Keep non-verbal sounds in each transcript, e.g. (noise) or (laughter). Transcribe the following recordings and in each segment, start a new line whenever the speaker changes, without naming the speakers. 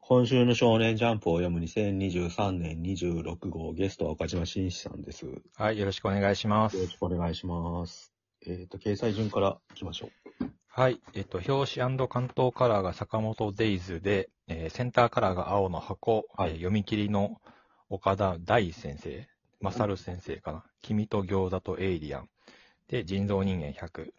今週の少年ジャンプを読む2023年26号ゲストは岡島紳士さんです。よ
はい、よろしくお願いしま
ろ
す
し。くお願いします。えっ、と、掲載順からいきましょ
はい、えっと、表紙関東カラーが坂本デイズで、えーセンターカラーが青の箱、
はい
えー読み切りの岡田大先生、マサル先生かな、君と餃子とエイリアン、で、人造人間100。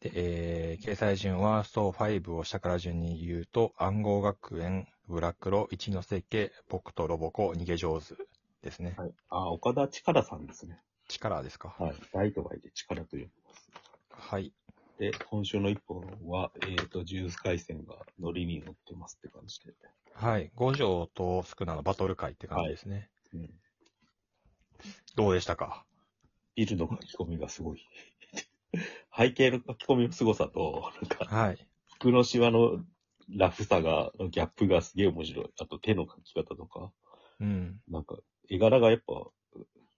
で、えー掲載順ワースト5を下から順に言うと、暗号学園、ブラックロ、一ノ瀬家、僕とロボコ、逃げ上手ですね
う。。はい。あ、岡田力さんですね。
力ですか。
はい。大と書いて力と読みます。
はい。
で、今週の一本は、えっ、と、ジュース回線がノリに乗ってますって感じで。
はい。五条と宿儺のバトル会って感じですね。
うん。
どうでしたか
ビルの書き込みがすごい。 (laughs) 背景の書き込みの凄さと、なんか、
はい。
服のシワのラフさが、ギャップがすげえ面白い。あと手の描き方とか、
うん。
なんか絵柄がやっぱ、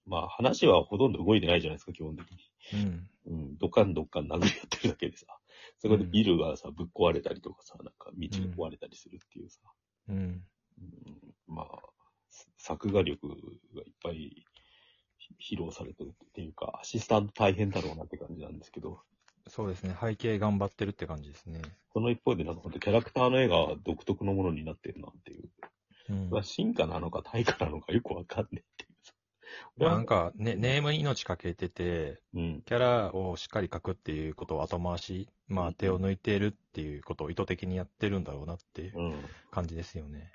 まあ話はほとんど動いてないじゃないですか、基本的に。
うん。
うん、ドカンドカン殴り合ってるだけでさ。そこでビルがさ、ぶっ壊れたりとかさ、なんか道が壊れたりするっていうさ。
うん。
うん、まあ、作画力がいっぱい披露されてるっていうか、アシスタント大変だろうなって感じなんですけど。
そうですね。背景頑張ってるって感じですね。
その一方で、なんかほんとキャラクターの絵が独特のものになってるなっていう。
うん
これ。は進化なのか対価なのかよくわかんねえっていうさ。俺は
なん、か、ね、ネームに命かけてて、
うん。
キャラをしっかり書くっていうことを後回し、まあ手を抜いてるっていうことを意図的にやってるんだろうなっていう
うん。
感じですよね。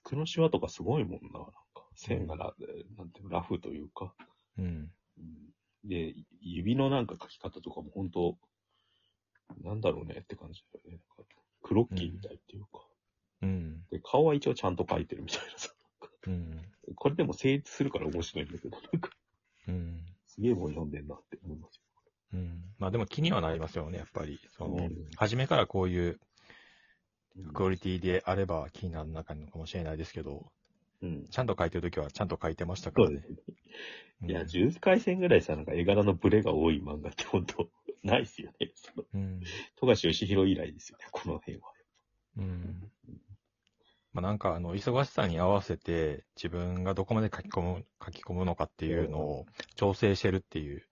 服のシワとかすごいもんな。なんか、線がラ、なんていうのラフというか。
うん。
うん、で、指のなんか描き方とかも本当なんだろうねって感じだよね。なんかクロッキーみたいっていうか。
うん。
で、顔は一応ちゃんと描いてるみたいなさ。 (laughs)
うん。
これでも成立するから面白いんだけど、なんか、
うん。
すげえ本読んでんなって思いますよ。
うん。まあでも気にはなりますよね、やっぱり。その
うん、
初めからこういう
うん
クオリティであれば気にならなかったのかもしれないですけど、
うん。
ちゃんと書いてるときはちゃんと書いてましたか
そ
ら
うで
ね
す。いや、
うん
十回戦ぐらいさ、なんか絵柄のブレが多い漫画って本当ないっすよね。その、
うん。
富樫義弘以来ですよね、この辺は。
うん。まあ、なんか、あの、忙しさに合わせて、自分がどこまで書き込む、書き込むのかっていうのを調整してるっていう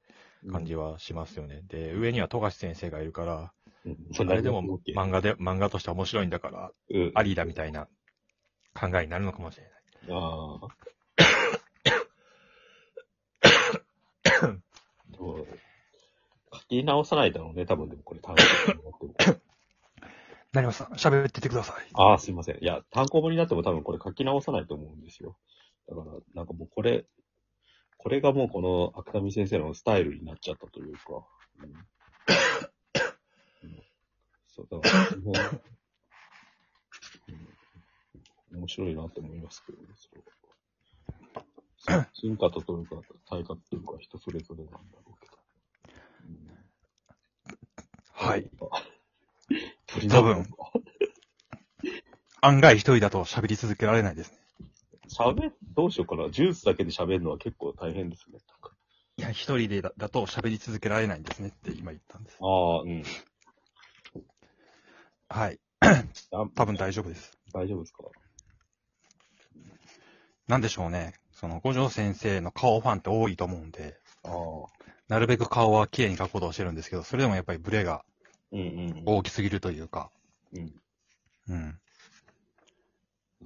感じはしますよね。で、上には富樫先生がいるから、
うん。
あれでも
まあ、
漫画で、漫画として面白いんだから、
うん。
ありだみたいな考えになるのかもしれない。
あ (coughs) あ。でも書き直さないだろうね、多分でもこれ単行本になっても。
なりました。喋っててください。
ああ、すいません。いや、単行本になっても多分これ書き直さないと思うんですよ。だから、なんかもうこれ、これがもうこの芥見先生のスタイルになっちゃったというか。うんうんそう、だから、もう、うん面白いなって思いますけどね、それは。進化とというか、体格というか人それぞれなんだろうけど。うん
はい。。
鳥
多分案外一人だと喋り続けられないですね。
喋、どうしようかな。ジュースだけで喋るのは結構大変ですね。
いや、一人でだだと喋り続けられないんですねって今言ったんです。
ああ、うん。
はい。
あ
多分大丈夫です。
大丈夫ですか
なんでしょうね。その、五条先生の顔ファンって多いと思うんで、
ああ。
なるべく顔は綺麗に描こうとしてるんですけど、それでもやっぱりブレが
うんうん。
大きすぎるというか、
うん。
うん。
な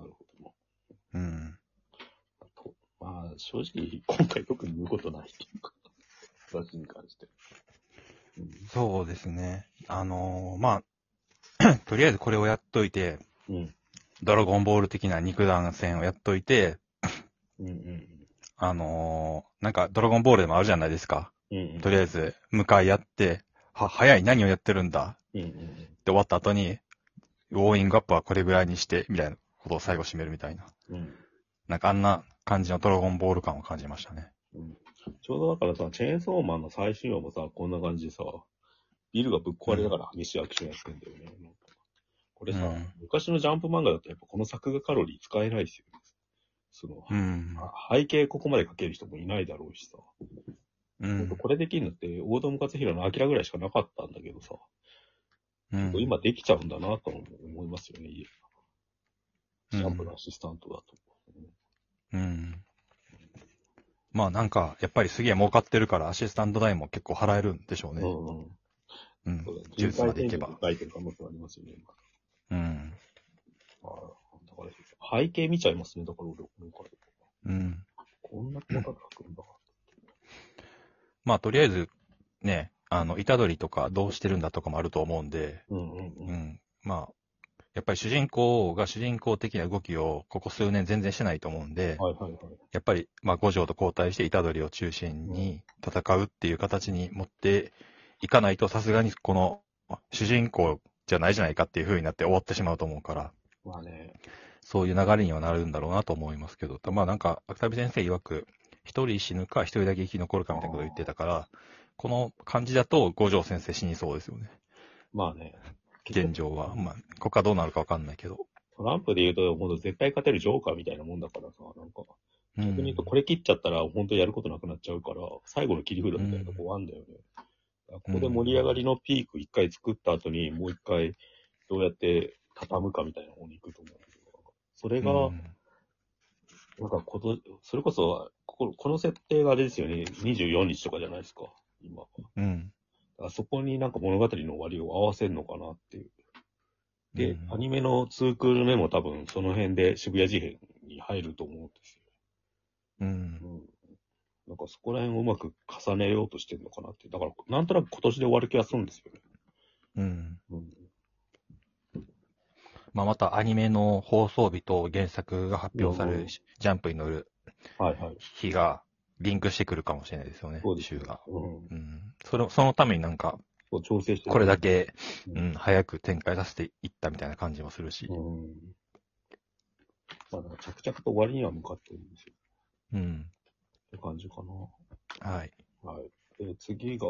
るほど。
うん。
あと、まあ、正直、今回特に言うことないっていうか、 (laughs) 私に関して。
そうですね。あのーまあ、 (clears throat) とりあえずこれをやっといて、
うん。うん。
ドラゴンボール的な肉弾戦をやっといて、
うんうん
あのーなんかドラゴンボールでもあるじゃないですか。
うん。うんうん。
とりあえず、向かい合って、は、早い、何をやってるんだ
うんうん
って終わった後に、ウォーイングアップはこれぐらいにして、みたいなことを最後締めるみたいな。
うん。うん。
なんかあんな感じのドラゴンボール感を感じましたね。
うんちょうどだからさ、チェーンソーマンの最新話もさ、こんな感じでさ、ビルがぶっ壊れながら激しいアクションやってんだよね。なんかこれさ、
うん
昔のジャンプ漫画だとやっぱこの作画カロリー使えないですよね。その、
うん。
背景ここまで描ける人もいないだろうしさ。
う
ほんと
ん。
これできるのって、大友克洋のアキラぐらいしかなかったんだけどさ、
うん。
今できちゃうんだなと思いますよね、家シャープのアシスタントだと。
うん。まあなんか、やっぱりすげえ儲かってるから、アシスタント代も結構払えるんでしょう
う
ね。
んうん。
うん
そうだね。
ジュースまでいけば
重。回転で書いてる可能性はありますよね。今
うん。
ああ、だから、背景見ちゃいますね。だから俺、俺から
うん。
こんな細かく書くんだ。
まあとりあえず、ね、あの、虎取とかどうしてるんだとかもあると思うんで、
うんうんう。
うんん。まあ、やっぱり主人公が主人公的な動きをここ数年全然してないと思うんで、
はいはいはい。
やっぱり、まあ、五条と交代して、虎杖を中心に戦うっていう形に持っていかないと、さすがにこの主人公じゃないじゃないかっていう風になって終わってしまうと思うから、
まあね。
そういう流れにはなるんだろうなと思いますけど、たまあなんか、芥見先生曰く、一人死ぬか一人だけ生き残るかみたいなことを言ってたから、この感じだと五条先生死にそうですよね。
まあね。
現状は。まあ、ここはどうなるかわかんないけど。
トランプで言うと、本当絶対勝てるジョーカーみたいなもんだからさ、なんか、
うん
逆に言うと、これ切っちゃったら、本当やることなくなっちゃうから、最後の切り札みたいなとこあんだよね。ここで盛り上がりのピーク一回作った後に、もう一回、どうやって畳むかみたいな方に行くと思うんだけど、それが、
うん
なんかこと、それこそ、ここの設定があれですよね、24日とかじゃないですか、今。
うん。
あそこになんか物語の終わりを合わせるのかなっていう。で、
うん
アニメの2クール目も多分その辺で渋谷事変に入ると思うんです
うん
よ。うん。なんかそこら辺をうまく重ねようとしてるのかなって。だから、なんとなく今年で終わる気がするんですよね。
うん。
うん。
まあ、またアニメの放送日と原作が発表され
うんうん
るジャンプに乗る
はいはい。
日がリンクしてくるかもしれないですよね
そう、です
週
よ
が。
うん。
うん。それそのためになんか、
そう調整してる
これだ。け、
うん
うん、早く展開させていったみたいな感じもするし
う。ん。まあ、だから着々と終わりには向かってるんですよ。
うん。
って感じかな。
はい。
はい。で、次が、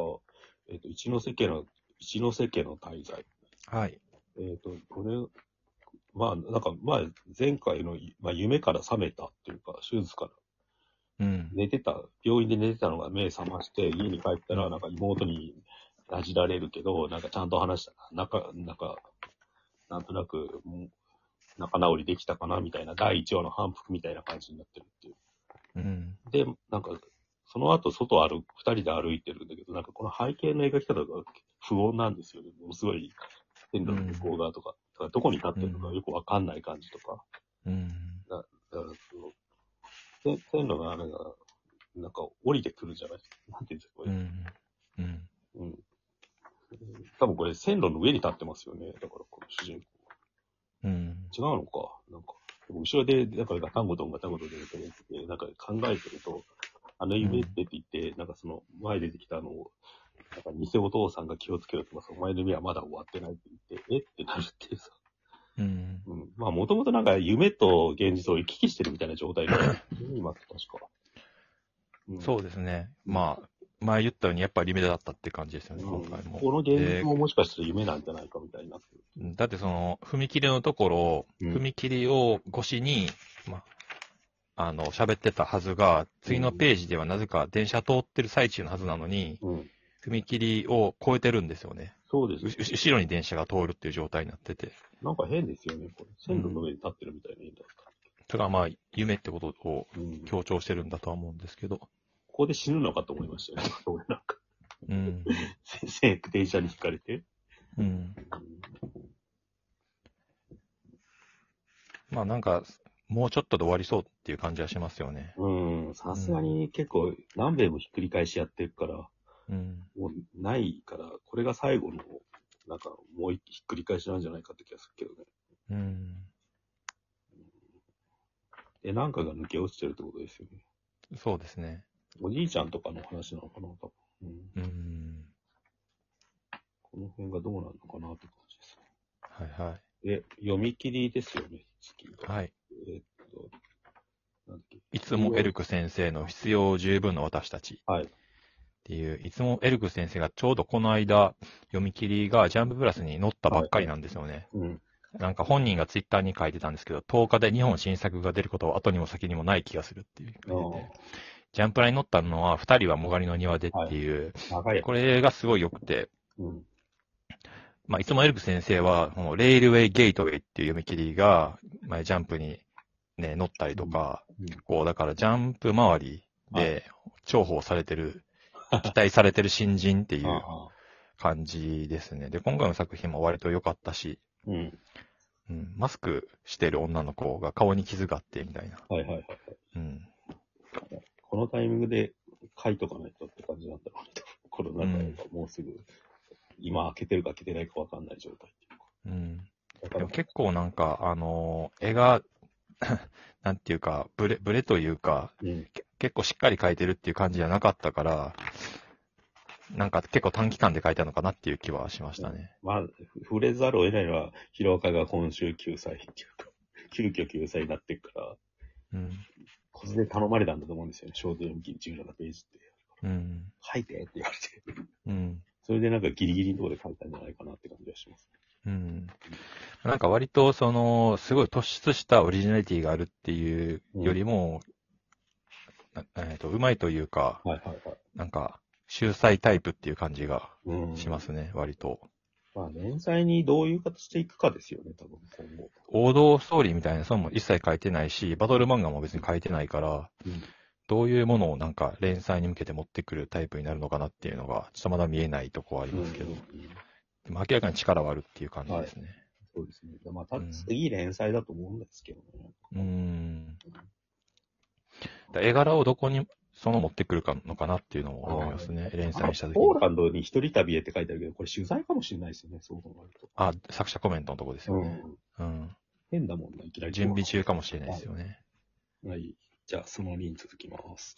えっ、と、一ノ瀬家の、一ノ瀬家の滞在。
はい。
えっ、と、これ、まあ、なんか前、前回の、まあ、夢から覚めたっていうか、手術から
うん。
寝てた、病院で寝てたのが目覚まして、家に帰ったら、なんか妹になじられるけど、なんかちゃんと話したな、なんか、なんか、なんとなく、もう仲直りできたかな、みたいな、第1話の反復みたいな感じになってるっていう。
うん。
で、なんか、その後、外を歩く、二人で歩いてるんだけど、なんかこの背景の描き方が不穏なんですよね。ものすごい、線路の向こう側とか、だからどこに立ってるのかよくわかんない感じとか、
うん。
だからその、せ線路のあれが、なんか降りてくるじゃないなんていうんですか、こ
う
れ。
ん。うん。
うん。多分これ線路の上に立ってますよね。だから、この主人
うん。
公。違うのか。なんか、でも後ろで、なんかガタンゴトンガタンゴトンで出てて、なんか考えてると、あの夢出ていて、なんかその前出てきたあのを、なんか偽お父さんが気をつけろって言います。お前の夢はまだ終わってないって言って、えってなるっていうさ。
うん。
うん。まあもともとなんか夢と現実を行き来してるみたいな状態が、今って確か。うん
そうですね。まあ、前言ったようにやっぱり夢だったって感じですよね、今回も。
この現
で
実ももしかしたら夢なんじゃないかみたいになってる。
だってその、踏切のところを、
うん
踏切を越しに、ま、あの、喋ってたはずが、次のページではなぜか電車通ってる最中のはずなのに、
うん。
踏切を越えてるんですよね。
そうです
うう。後ろに電車が通るっていう状態になってて。
なんか変ですよね、これ。線路の上に立ってるみたいな絵だっ
だからまあ、夢ってことを
た。うん。こ
強調してるんだとは思うんですけど。
こで死ぬのかと思いましたよね。 (laughs) 俺なんか、
うん。
先生、電車に引かれて。
うん。まあなんか、もうちょっとで終わりそうっていう感じはしますよね。
うん。さすがに結構何べんもひっくり返しやってるから、
うん。
もうないから、これが最後の、なんかもうひっくり返しなんじゃないかって気がするけどね。
うん。
で、なんかが抜け落ちてるってことですよね。
そうですね。
おじいちゃんとかの話なのかな、多分。うん。
うん。
この辺がどうなるのかなって感じです
はいはい。
ね。で、読み切りですよね、月が。
はい。
えーっと、なんだっけ。
いつもエルク先生の必要十分の私たち。
はい
っていう、いつもエルク先生がちょうどこの間、読み切りがジャンププラスに載ったばっかりなんですよね。
うん。
なんか本人がツイッターに書いてたんですけど、10日で日本新作が出ることは後にも先にもない気がするっていう。
あ
(laughs) ジャンプラに載ったのは、二人はもがりの庭でっていう、
あ、長いや
これがすごい良くて、
うん。
まあ、いつもエルク先生は、このレイルウェイゲートウェイっていう読み切りが、まあ、ジャンプにね、乗ったりとか、
うんうん
結構、だからジャンプ周り
は
で重宝されてる、期待されてる新人っていう
ああ
感じですね。で、今回の作品も割と良かったし、
うん。
うん、マスクしてる女の子が顔に傷があってみたいな。
はいはいはい。
うん。
このタイミングで書いとかないとって感じなんだろうね。コロナ禍がもうすぐ、今開けてるか開けてないかわかんない状態っ
うん。
ていうか。
でも結構なんか、あのー絵が、 (laughs) なんていうか、ブレ、ブレというか、
うん。
け結構しっかり描いてるっていう感じじゃなかったから、なんか結構短期間で描いたのかなっていう気はしましたね。
まあ、ふ触れざるを得ないのは、広岡が今週救済っていうか、急遽救済になってるから、
うん。
これで頼まれたんだと思うんですよね。小読み切り17ページって。
うん。
書いてって言われて。
うん。
それでなんかギリギリのところで書いたんじゃないかなって感じがします。
うん。なんか割と、その、すごい突出したオリジナリティがあるっていうよりも、なえっ、と、うまいというか、
はいはいはい。
なんか、秀才タイプっていう感じが
うん。
しますね、割と。
まあ、連載にどういう形でいくかですよね、多分今後。
王道ストーリーみたいな、そういうのも一切書いてないし、バトル漫画も別に書いてないから、
うん
どういうものをなんか連載に向けて持ってくるタイプになるのかなっていうのが、ちょっとまだ見えないとこはありますけど、
うん
でも明らかに力はあるっていう感じですね。
そうですね。まあ、た
うん
次連載だと思うんですけどね。
うーん。だ絵柄をどこに、その持ってくるかのかなっていうのも思いますね。連載した時
ポー
に。
ランドに一人旅へって書いてあるけど、これ取材かもしれないですよね、そう考えると。
あ、作者コメントのとこですよね。
ん。
うん。
変だもんな、いきなり。
準備中かもしれないですよね。
はい。じゃあ、その2に続きます。